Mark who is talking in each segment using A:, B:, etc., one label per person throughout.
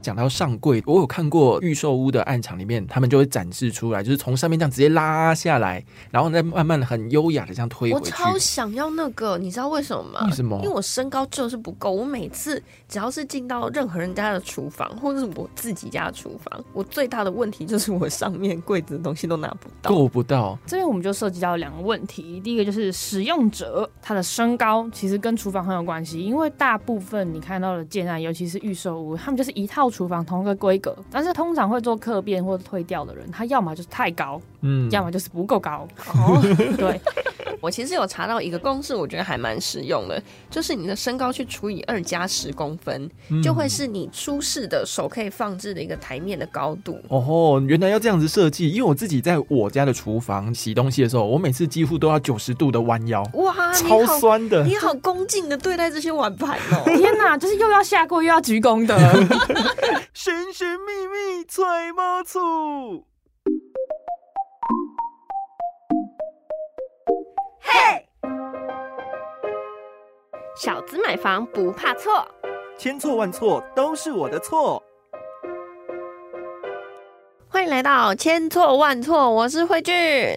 A: 讲到上柜，我有看过预售屋的暗场里面，他们就会展示出来，就是从上面这样直接拉下来，然后再慢慢的很优雅的这样推
B: 我
A: 回去。
B: 超想要那个，你知道为什么吗？
A: 为什么
B: 因为我身高就是不够。我每次只要是进到任何人家的厨房，或者是我自己家的厨房，我最大的问题就是我上面柜子的东西都拿不到。
A: 够不到，
C: 这边我们就涉及到两个问题，第一个就是使用者他的身高其实跟厨房很有关系，因为大部分你看到的建案，尤其是预售屋，他们就是一套厨房同一个规格，但是通常会做客变或退掉的人，他要么就是太高，
A: 嗯，
C: 要么就是不够高。
B: 哦，
C: 对，
B: 我其实有查到一个公式，我觉得还蛮实用的，就是你的身高去除以二加十公分，就
A: 嗯
B: 会是你舒适的手可以放置的一个台面的高度。
A: 哦吼，原来要这样子设计，因为我自己在我家的厨房洗东西的时候，我每次几乎都要九十度的弯腰，
B: 哇，你
A: 超
B: 好，
A: 酸的。
B: 你好恭敬的对待这些碗盘哦。
C: 天哪，就是又要下跪又要鞠躬的。
A: 神神秘秘揣猫醋。
B: 小资买房不怕错。
D: 千错万错都是我的错。
B: 欢迎来到千错万错，我是慧俊。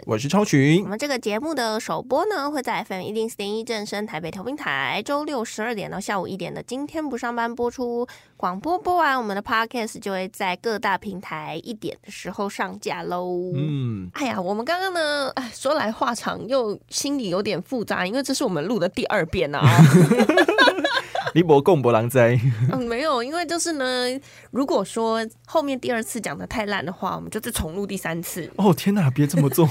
A: 我是超群
B: 我，们这个节目的首播呢，会在 FM 一零四点一正声台北调频台，周六十二点到下午一点的。今天不上班播出，广播播完，我们的 Podcast 就会在各大平台一点的时候上架喽。
A: 嗯，
B: 哎呀，我们刚刚呢，哎，说来话长，又心里有点复杂，因为这是我们录的第二遍 啊。
A: 李博共博狼灾，
B: 嗯，没有，因为就是呢，如果说后面第二次讲的太烂的话，我们就再重录第三次。
A: 哦天哪，别这么做，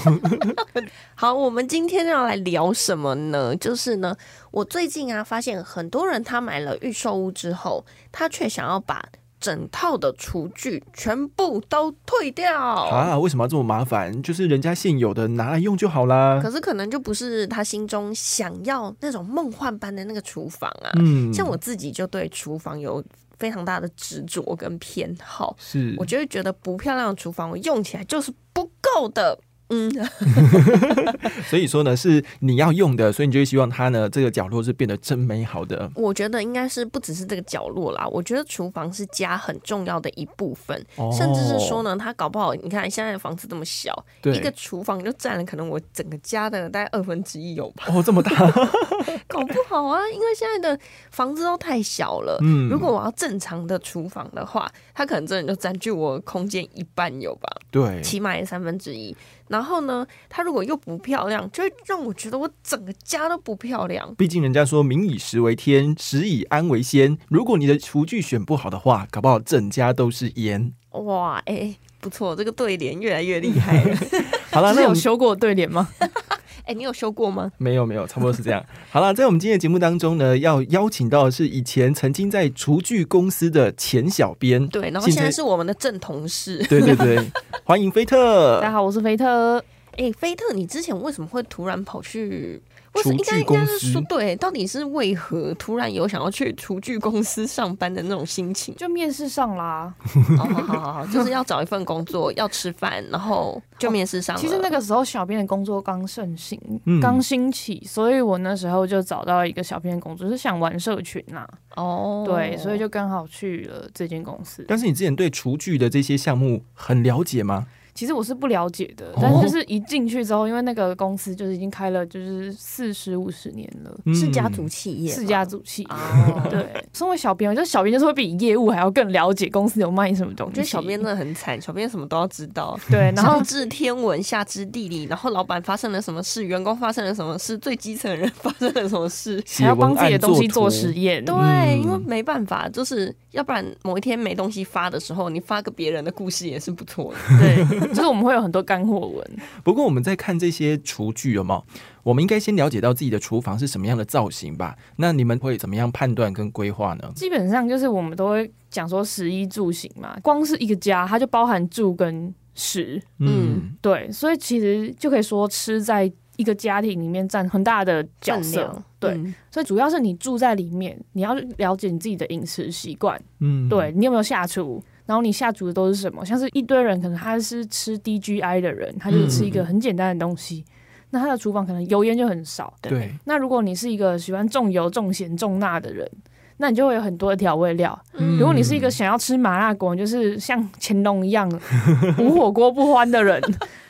B: 好，我们今天要来聊什么呢？就是呢，我最近啊发现很多人他买了预售屋之后，他却想要把整套的厨具全部都退掉。
A: 啊，为什么要这么麻烦？就是人家现有的拿来用就好啦。
B: 可是可能就不是他心中想要那种梦幻般的那个厨房啊。
A: 嗯
B: 像我自己就对厨房有非常大的执着跟偏好，
A: 是
B: 我就会觉得不漂亮的厨房我用起来就是不够的。嗯，
A: 所以说呢，是你要用的，所以你就会希望它呢这个角落是变得真美好的
B: 我觉得应该是不只是这个角落啦，我觉得厨房是家很重要的一部分，
A: 哦
B: 甚至是说呢，它搞不好，你看现在的房子这么小，
A: 哦对
B: 一个厨房就占了可能我整个家的大概二分之一有吧，
A: 哦这么 大，
B: 搞不好啊，因为现在的房子都太小了。
A: 嗯
B: 如果我要正常的厨房的话，它可能真的就占据我空间一半有吧，
A: 对，
B: 起码也三分之一。然后呢，它如果又不漂亮，就会让我觉得我整个家都不漂亮。
A: 毕竟人家说“民以食为天，食以安为先”。如果你的厨具选不好的话，搞不好整家都是 烟。
B: 哇，哎、不错，这个对联越来越厉害了。
A: 好了，
C: 是
A: 那我
C: 有
A: 们
C: 修过对联吗？
B: 哎、你有修过吗？
A: 没有没有，差不多是这样。好了，在我们今天的节目当中呢，要邀请到的是以前曾经在厨具公司的前小编，
B: 对，然后
A: 现
B: 现
A: 在
B: 在是我们的正同 事。
A: 对对对，欢迎菲特
C: 大家。好，我是菲特。？
B: 哎、菲特，你之前为什么会突然跑去？为什
A: 厨
B: 应该
A: 具
B: 应该
A: 公司
B: 是说，对，到底是为何突然有想要去厨具公司上班的那种心情
C: 就面试上啦。
B: 哦好好好好好，就是要找一份工作，要吃饭，然后就面试上了。
C: 其实那个时候小编的工作刚盛行
A: 嗯，
C: 刚、兴起，所以我那时候就找到一个小编的工作，是想玩社群呐、
B: 哦，
C: 对，所以就刚好去了这间公司。
A: 但是你之前对厨具的这些项目很了解吗？
C: 其实我是不了解的
A: 哦，
C: 但是就是一进去之后，因为那个公司就是已经开了就是四十五十年了，
B: 是
A: 嗯
B: 家族企业，
C: 是家。族企业。
B: 哦，对，
C: 对，身为小编，我觉得小编就是会比业务还要更了解公司有卖什么东
B: 我
C: 西。
B: 觉得小编真的很惨，小编什么都要知道。
C: 对，然后
B: 上知天文，下知地理，然后老板发生了什么事，员工发生了什么事，最基层的人发生了什么事，
C: 还
A: 写
C: 要
A: 文
C: 帮自己的
A: 案
C: 东西
A: 做
C: 做
A: 图
C: 实验。
B: 对，
A: 嗯
B: 因为没办法，就是要不然某一天没东西发的时候，你发个别人的故事也是不错的。
C: 对，就是我们会有很多干货文。
A: 不过我们在看这些厨具有没有，我们应该先了解到自己的厨房是什么样的造型吧？那你们会怎么样判断跟规划呢？
C: 基本上就是我们都会讲说食衣住行嘛，光是一个家，它就包含住跟食，
A: 嗯
B: 嗯，
C: 对，所以其实就可以说吃在一个家庭里面占很大的角
B: 分
C: 色
B: 量，
C: 对，
B: 嗯
C: 所以主要是你住在里面，你要了解你自己的饮食习惯，
A: 嗯
C: 对，你有没有下厨。然后你下厨的都是什么？像是一堆人，可能他是吃 DGI 的人，他就是吃一个很简单的东西，那他的厨房可能油烟就很少。
A: 对，
C: 那如果你是一个喜欢重油、重咸、重辣的人，那你就会有很多的调味料。
A: 嗯
C: 如果你是一个想要吃麻辣锅，就是像乾隆一样 无火锅不欢的 人，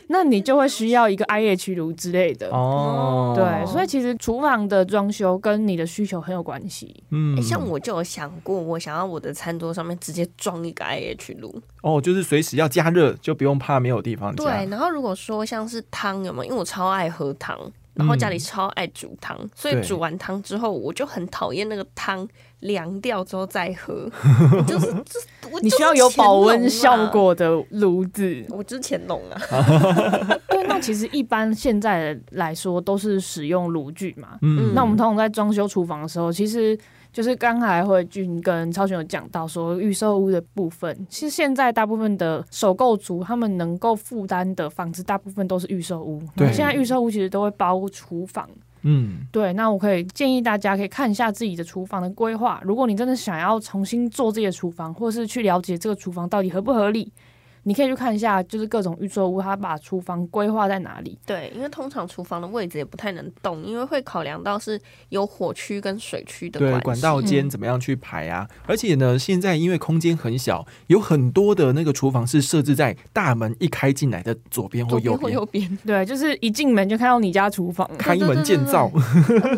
C: 那你就会需要一个 IH 炉之类的。
A: 哦，
C: 对，所以其实厨房的装修跟你的需求很有关系。
A: 嗯
B: 诶哎像我就有想过，我想要我的餐桌上面直接装一个 IH 炉，
A: 哦，就是随时要加热，就不用怕没有地
C: 嗯
A: 方加。
B: 对，然后如果说像是汤有没有？因为我超爱喝汤，然后家
C: 嗯
B: 里超爱煮汤，所以
A: 对
B: 煮完汤之后，我就很讨厌那个汤凉掉之后再 喝，我就是就是我
C: 你
B: 就是
C: 需要有保温
B: 乾隆啊
C: 效。果的炉子。
B: 我之前弄啊，
C: 对，那其实一般现在来说都是使用炉具嘛。
A: 嗯，
C: 那我们通常在装修厨房的时候，其实就是刚才慧君跟超群有讲到说预售屋的部分，其实现在大部分的首购族他们能够负担的房子，大部分都是预售屋。
A: 对
C: 现在预售屋其实都会包厨房。
A: 嗯
C: 对，那我可以建议大家可以看一下自己的厨房的规划。如果你真的想要重新做自己的厨房，或是去了解这个厨房到底合不合理，你可以去看一下，就是各种预售屋它把厨房规划在哪里。
B: 对，因为通常厨房的位置也不太能动，因为会考量到是有火区跟水区的
A: 对
B: 系
A: 管道间怎么样去排啊？而且呢，现在因为空间很小，有很多的那个厨房是设置在大门一开进来的左边或
B: 嗯左边
A: 右
B: 或
A: 边，
B: 右 边，
C: 对，就是一进门就看到你家厨房。
A: 开门见灶。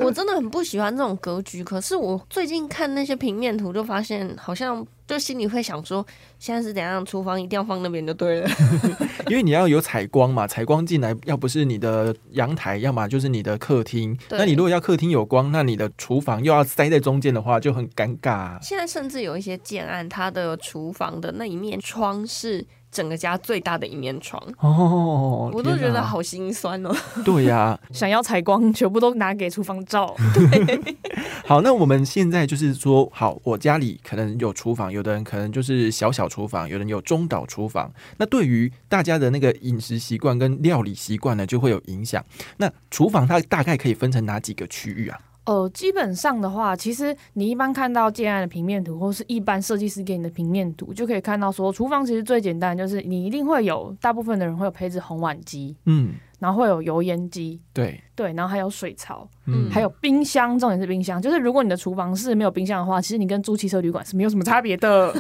B: 我真的很不喜欢这种格局，可是我最近看那些平面图，就发现好像就心里会想说，现在是怎样，厨房一定要放那边就对了。
A: 因为你要有采光嘛，采光进来，要不是你的阳台，要么就是你的客厅。
B: 对
A: 那你如果要客厅有光，那你的厨房又要塞在中间的话，就很尴尬啊、
B: 现在甚至有一些建案，它的厨房的那一面窗是整个家最大的一面窗，
A: 哦，
B: 我都
A: 天
B: 觉得
A: 哪。
B: 好心酸哦。
A: 对呀、
C: 想要采光， 全部都拿给厨房 照。
A: 好，那我们现在就是说，好，我家里可能有厨房，有的人可能就是小小厨房，有人有中岛厨房。那对于大家的那个饮食习惯跟料理习惯呢，就会有影响。那厨房它大概可以分成哪几个区域啊？
C: 呃，基本上的话，其实你一般看到建案的平面图，或是一般设计师给你的平面图，就可以看到说，厨房其实最简单，就是你一定会有，大部分的人会有配置红碗机，
A: 嗯，
C: 然后会有油烟机，
A: 对，
C: 对，然后还有水槽，
A: 嗯，
C: 还有冰箱，重点是冰箱。就是如果你的厨房是没有冰箱的话，其实你跟租汽车旅馆是没有什么差别 的。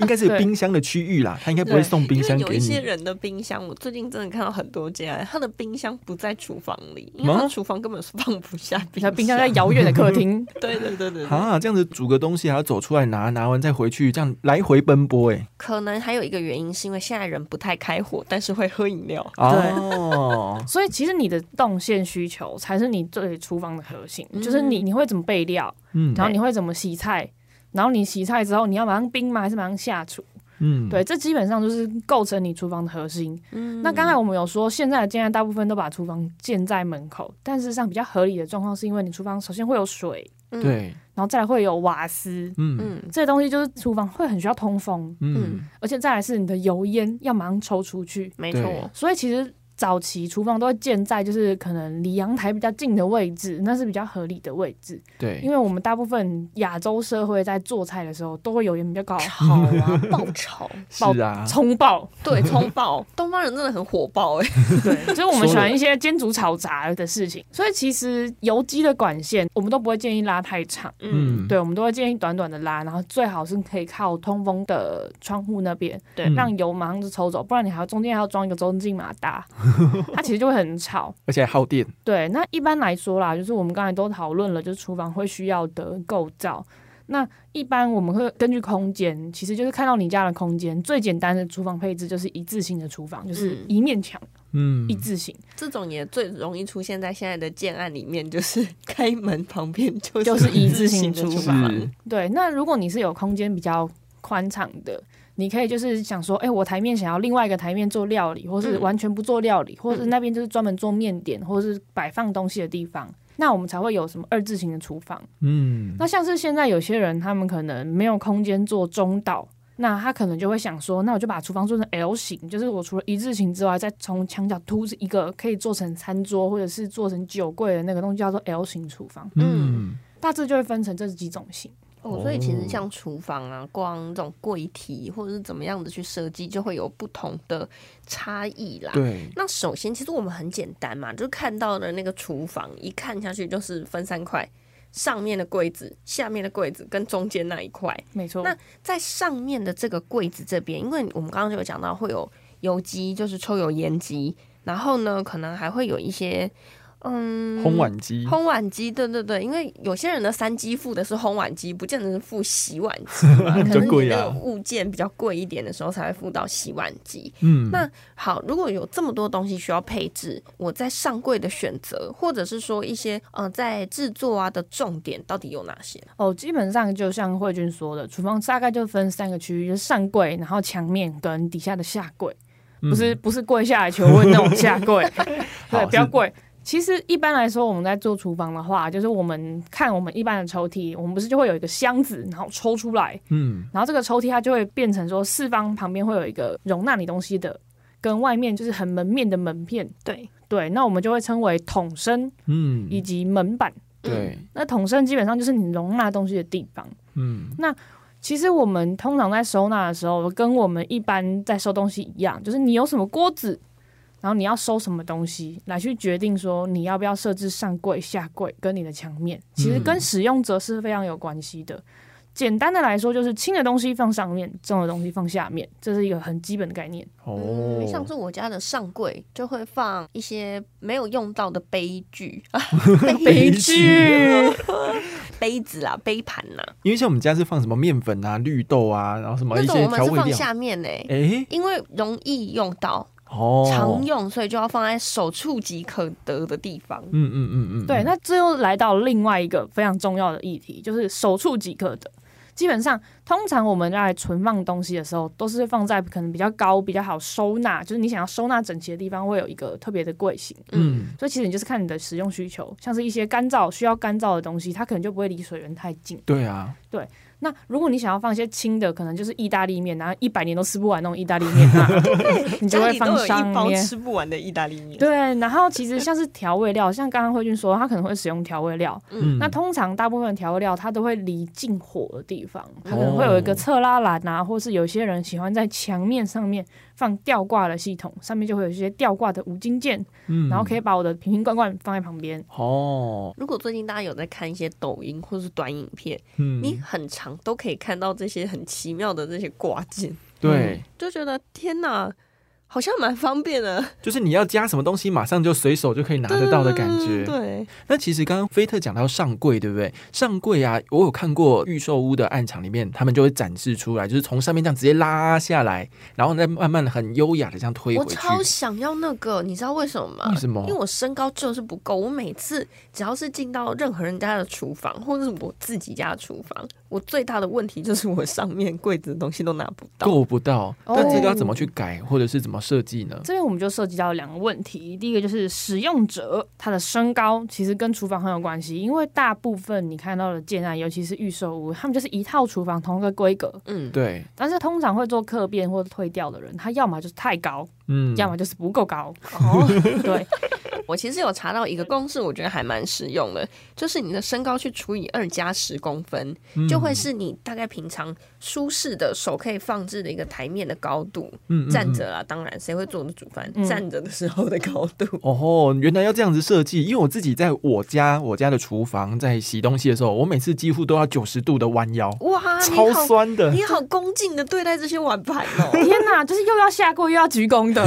A: 应该是有
C: 对
A: 冰箱的区域啦，它应该不会送冰
B: 因为
A: 箱
B: 有
A: 给
B: 一些
A: 你。
B: 人的冰箱，我最近真的看到很多建案，他的冰箱不在厨房里，因为他
A: 吗
B: 厨房根本是放不下冰
C: 那
B: 箱。
C: 冰箱在遥远的客厅，
B: 对对对对对，
A: 啊，这样子煮个东西还要走出来拿，拿完再回去，这样来回奔波哎、
B: 可能还有一个原因是因为现在人不太开火，但是会喝饮料。
A: 哦，
C: 所以其实你的动线需求才是你对厨房的核心，就是你你会怎么备料，
A: 嗯
C: 然后你会怎么洗菜，然后你洗菜之后你要马上冰吗？还是马上下厨？
A: 嗯，
C: 对，这基本上就是构成你厨房的核心。
B: 嗯
C: 那刚才我们有说，现在的建案大部分都把厨房建在门口，但事实上比较合理的状况是因为你厨房首先会有水，
B: 嗯
A: 对，
C: 然后再来会有瓦斯。
A: 嗯
B: 嗯，
C: 这些东西就是厨房会很需要通风，
A: 嗯
C: 而且再来是你的油烟要马上抽出去，
B: 没
A: 对
B: 错，
C: 所以其实早期厨房都会建在就是可能离阳台比较近的位置，那是比较合理的位置，因
A: 对，
C: 为我们大部分亚洲社会在做菜的时候都会油烟比较高，
B: 吵啊，爆吵，
C: 爆
A: 是啊，
C: 冲爆，
B: 对，冲爆，东方人真的很火爆哎、
C: 对，所以我们喜
A: 说得
C: 欢一些煎煮炒炸的事情，所以其实油机的管线我们都不会建议拉太长。
B: 嗯，
C: 对，我们都会建议短短的拉，然后最好是可以靠通风的窗户那边，
B: 对
A: 嗯
C: 让油马上就抽走，不然你还要中间还要装一个中进马 达，它其实就会很吵。
A: 而且还耗电。
C: 对，那一般来说啦，就是我们刚才都讨论了，就是厨房会需要的构造。那一般我们会根据空间，其实就是看到你家的空间，最简单的厨房配置就是一字型的厨房，就是
B: 嗯
C: 一面墙、
A: 嗯
C: 一字型，
B: 这种也最容易出现在现在的建案里面，就是开门旁边就是
C: 就是一字
B: 字
C: 型
B: 的
C: 厨
B: 厨
C: 房
A: 是
B: 房。
C: 对，那如果你是有空间比较宽敞的，你可以就是想说，哎、我台面想要另外一个台面做料理，或是
B: 嗯
C: 完全不做料理，或是那边就是专门做面点，或是摆放东西的地方。那我们才会有什么二字形的厨房。
A: 嗯，
C: 那像是现在有些人，他们可能没有空间做中岛，那他可能就会想说，那我就把厨房做成 L 型，就是我除了一字形之外，再从墙角凸一个可以做成餐桌或者是做成酒柜的那个东西，叫做 L 型厨房。
A: 嗯
C: 大致就会分成这几种型。
B: 哦，所以其实像厨房啊，光这种柜体或者是怎么样的去设计，就会有不同的差异啦。
A: 对，
B: 那首先，其实我们很简单嘛，就是看到的那个厨房，一看下去就是分三块，上面的柜子、下面的柜子跟中间那一块。
C: 没错。
B: 那在上面的这个柜子这边，因为我们刚刚就有讲到会有油机，就是抽油烟机，然后呢，可能还会有一些嗯
A: 烘碗机，
B: 烘碗机，对对对，因为有些人的三机付的是烘碗机，不见得是付洗碗机 嘛，可
A: 比较
B: 能你
A: 贵
B: 那
A: 啊
B: 个物件比较贵一点的时候才会付到洗碗机。
A: 嗯，
B: 那好，如果有这么多东西需要配置，我在上柜的选择，或者是说一些呃在制作啊的重点到底有哪些呢？
C: 哦，基本上就像慧君说的，厨房大概就分三个区域，就是上柜，然后墙面跟底下的下柜，
A: 嗯
C: 不是、不是跪下来求问那种下 跪，对，
A: 好
C: 不要
A: 是
C: 跪。其实一般来说，我们在做厨房的话，就是我们看我们一般的抽屉，我们不是就会有一个箱子，然后抽出来，
A: 嗯，
C: 然后这个抽屉它就会变成说四方旁边会有一个容纳你东西的，跟外面就是很门面的门片，
B: 对，
C: 对，那我们就会称为桶身
A: 嗯
C: 以
A: 嗯，
C: 及门板。
A: 对，
C: 那桶身基本上就是你容纳东西的地方。
A: 嗯
C: 其实我们通常在收纳的时候，跟我们一般在收东西一样，就是你有什么锅子，然后你要收什么东西，来去决定说你要不要设置上柜、下柜跟你的墙面，其实跟使用者是非常有关系的。简单的来说，就是轻的东西放上面，重的东西放下面，这是一个很基本的概念。
A: 哦，
B: 像是我家的上柜就会放一些没有用到的杯 具、啊、
A: 悲
C: 剧
B: 杯子啦、杯盘啦，
A: 因为像我们家是放什么面粉啊、绿豆啊，然后什么
B: 那
A: 一
B: 种
A: 些
B: 我们
A: 调
B: 是
A: 味
B: 放
A: 料，
B: 下面欸呢、
A: 哎，
B: 因为容易用到、
A: 哦，
B: 常用，所以就要放在手触及可得的地方。
A: 嗯嗯嗯嗯，
C: 对，那这又来到另外一个非常重要的议题，就是手触即可得。基本上，通常我们在存放东西的时候，都是放在可能比较高、比较好收纳，就是你想要收纳整齐的地方，会有一个特别的柜型。
A: 嗯
C: 所以其实你就是看你的使用需求，像是一些干燥需要干燥的东西，它可能就不会离水源太近。
A: 对啊，
C: 那如果你想要放一些轻的，可能就是意大利面，然后一百年都吃不完那种意大利 面啊，你就
B: 家
C: 会
B: 里都
C: 放
B: 有
C: 上
B: 一包
C: 面。
B: 吃不完的意大利面。
C: 对，然后其实像是调味料，像刚刚慧君说，他可能会使用调味料，
A: 嗯，
C: 那通常大部分调味料它都会离近火的地方，它可能会
A: 哦
C: 有一个侧拉篮啊，或是有些人喜欢在墙面上面放吊挂的系统，上面就会有一些吊挂的五金件，
A: 嗯
C: 然后可以把我的瓶瓶罐罐放在旁边。
A: 哦，
B: 如果最近大家有在看一些抖音或是短影片，
A: 嗯，
B: 你很常都可以看到这些很奇妙的这些挂件，
A: 对，
B: 就觉得天哪，好像蛮方便的，
A: 就是你要加什么东西，马上就随手就可以拿得到的感觉。
B: 对，
A: 那其实刚刚菲特讲到上柜，对不对？上柜啊，我有看过预售屋的暗场里面，他们就会展示出来，就是从上面这样直接拉下来，然后再慢慢地很优雅的这样推
B: 我
A: 回去。
B: 超想要那个，你知道为什么吗？
A: 为什么
B: 因为我身高就是不够，我每次只要是进到任何人家的厨房，或者是我自己家的厨房，我最大的问题就是我上面柜子的东西都拿不到。
A: 够不到，
C: 哦
A: 但这个要怎么去改，或者是怎么设计呢？
C: 这边我们就涉及到两个问题，第一个就是使用者他的身高其实跟厨房很有关系，因为大部分你看到的建案，尤其是预售屋，他们就是一套厨房同一个规格，
B: 嗯，
A: 对，
C: 但是通常会做客变或退掉的人，他要么就是太高，
A: 嗯，
C: 要么就是不 够高，
B: 哦，
C: 对。
B: 我其实有查到一个公式，我觉得还蛮实用的，就是你的身高去除以二加十公分，
A: 嗯
B: 就会是你大概平常舒适的手可以放置的一个台面的高度。
A: 嗯嗯
B: 站
A: 嗯
B: 着啦，当然谁会做我的煮饭？
C: 嗯
B: 站着的时候的高度。
A: 哦吼，原来要这样子设计，因为我自己在我家我家的厨房在洗东西的时候，我每次几乎都要九十度的弯腰，
B: 哇，你
A: 超
B: 好
A: 酸 的
B: 你。好恭敬的对待这些碗盘哦。
C: 天哪，就是又要下跪又要鞠躬的，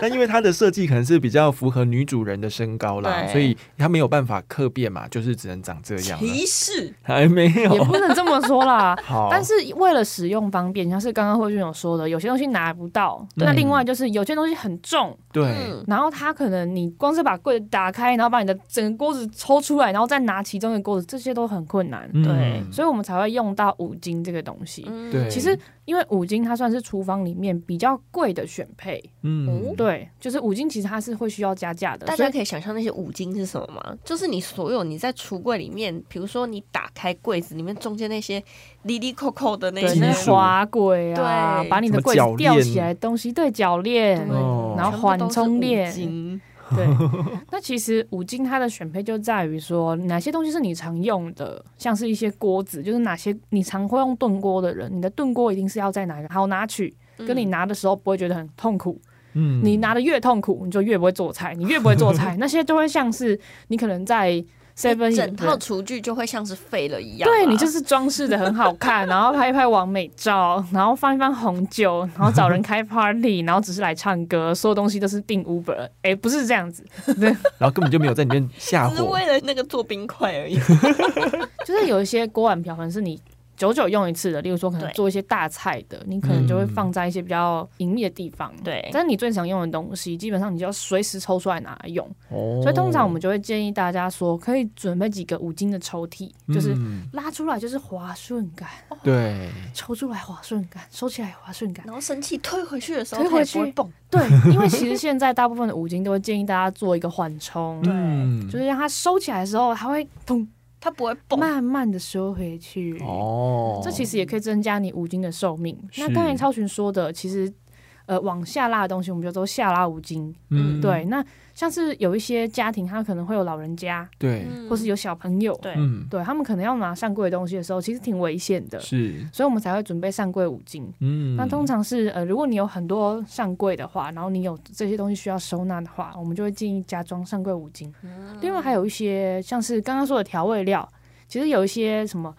A: 那因为它的设计可能是比较符合女主人的身高啦，
B: 对
A: 所以它没有办法客变嘛，就是只能长这样了。
B: 歧视，
A: 还没
C: 也
A: 有，
C: 不能这么说啦。
A: 好，
C: 但是为了使用方便，像是刚刚慧君有说的，有些东西拿不到，
A: 对
C: 那另外就是有些东西很重，
A: 对，
B: 嗯，
C: 然后它可能你光是把柜子打开，然后把你的整个锅子抽出来，然后再拿其中的锅子，这些都很困难。
A: 嗯
C: 对，所以我们才会用到五金这个东西。
B: 嗯
A: 对
C: 其实，因为五金它算是厨房里面比较贵的选配，
A: 嗯，
C: 对，就是五金其实它是会需要加价的，
B: 大
C: 所以
B: 家可以想象那些五金是什么吗？就是你所有你在橱柜里面，比如说你打开柜子里面中间那些滴滴扣扣的那
C: 对，
B: 些
C: 那
A: 金
C: 个
A: 属
C: 滑轨啊，
B: 对
C: 把你的柜
A: 什
C: 子
A: 么
C: 吊起
A: 铰
C: 来，东西对铰链
B: 对，
A: 哦
C: 然后缓冲链
B: 全部都是五金
C: 对。 那其实五金它的选配就在于说，哪些东西是你常用的，像是一些锅子，就是哪些你常会用炖锅的人，你的炖锅一定是要在哪个好拿取。
B: 嗯
C: 跟你拿的时候不会觉得很痛苦，
A: 嗯
C: 你拿的越痛苦，你就越不会做菜，你越不会做菜，那些就会像是你可能在 seven
E: 整套厨具就会像是废了一样啊。
C: 对你就是装饰的很好 看，然后拍一拍完美照，然后放一放红酒，然后找人开 party，然后 只是来唱歌，所有东西都是订 Uber，哎、不是这样子，
A: 然后根本就没有在里面 下
E: 只是
A: 火
E: 为了那个做冰块而已。
C: 就是有一些锅碗瓢盆是你久久用一次的，例如说可能
E: 对
C: 做一些大菜的，你可能就会放在一些比较隐秘的地方。
E: 嗯对
C: 但是你最常用的东西，基本上你就要随时抽出来拿来用，
A: 哦
C: 所以通常我们就会建议大家说，可以准备几个五金的抽屉，就是哦
A: 嗯
C: 拉出来就是滑顺感，
A: 对，
C: 抽出来滑顺感，收起来滑顺感。
E: 然后生气推回去的时候，
C: 推
E: 它
C: 回
E: 也
C: 去
E: 不会蹦。
C: 对，因 为其实现在大部分的五金都会建议大家做一个缓冲，
A: 嗯
C: 就是让它收起来的时候，它会咚
E: 它不会蹦。
C: 慢慢的收回去。
A: 哦，
C: 这其实也可以增加你五金的寿命。那
A: 是
C: 刚才超群说的，其实呃往下拉的东西，我们就都下拉五金。
A: 嗯
C: 对，那像是有一些家庭，他可能会有老人家，
A: 对，
E: 嗯
C: 或是有小朋友，
E: 对
A: 嗯
C: 对他们可能要拿上柜的东西的时候，其实挺危险的，
A: 是，
C: 所以我们才会准备上柜五金。
A: 嗯，
C: 那通常是呃，如果你有很多上柜的话，然后你有这些东西需要收纳的话，我们就会建议加装上柜五金。另外还有一些像是刚刚说的调味料，其实有一些什么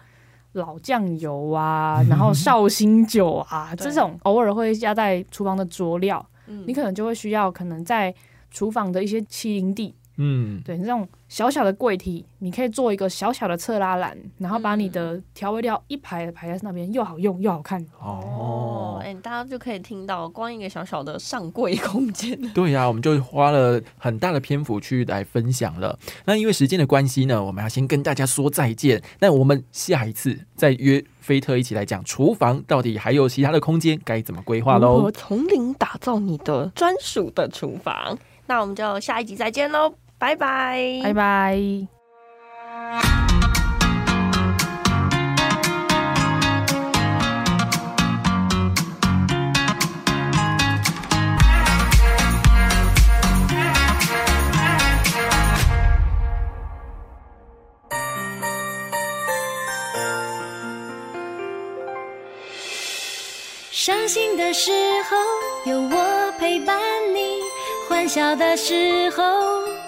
C: 老酱油啊，然后绍兴酒啊
E: 对
C: 这种，偶尔会加在厨房的佐料，
E: 嗯
C: 你可能就会需要可能在厨房的一些麒麟地，
A: 嗯
C: 对，那种小小的柜体，你可以做一个小小的侧拉篮，然后把你的调味料一排排在那边，又好用又好看。
E: 哦，
A: 哦。
E: 哎、大家就可以听到，光一个小小的上柜空间，
A: 对呀、我们就花了很大的篇幅去来分享了。那因为时间的关系呢，我们要先跟大家说再见。那我们下一次再约菲特一起来讲厨房到底还有其他的空间该怎么规划
E: 如何
A: 喽。
E: 从零打造你的专属的厨房。那我们就下一集再见喽，拜拜，
B: 嗯
C: 拜拜。
F: 伤心的时候有我陪伴你，欢笑的时候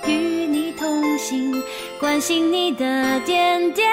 F: 与你同行，关心你的点点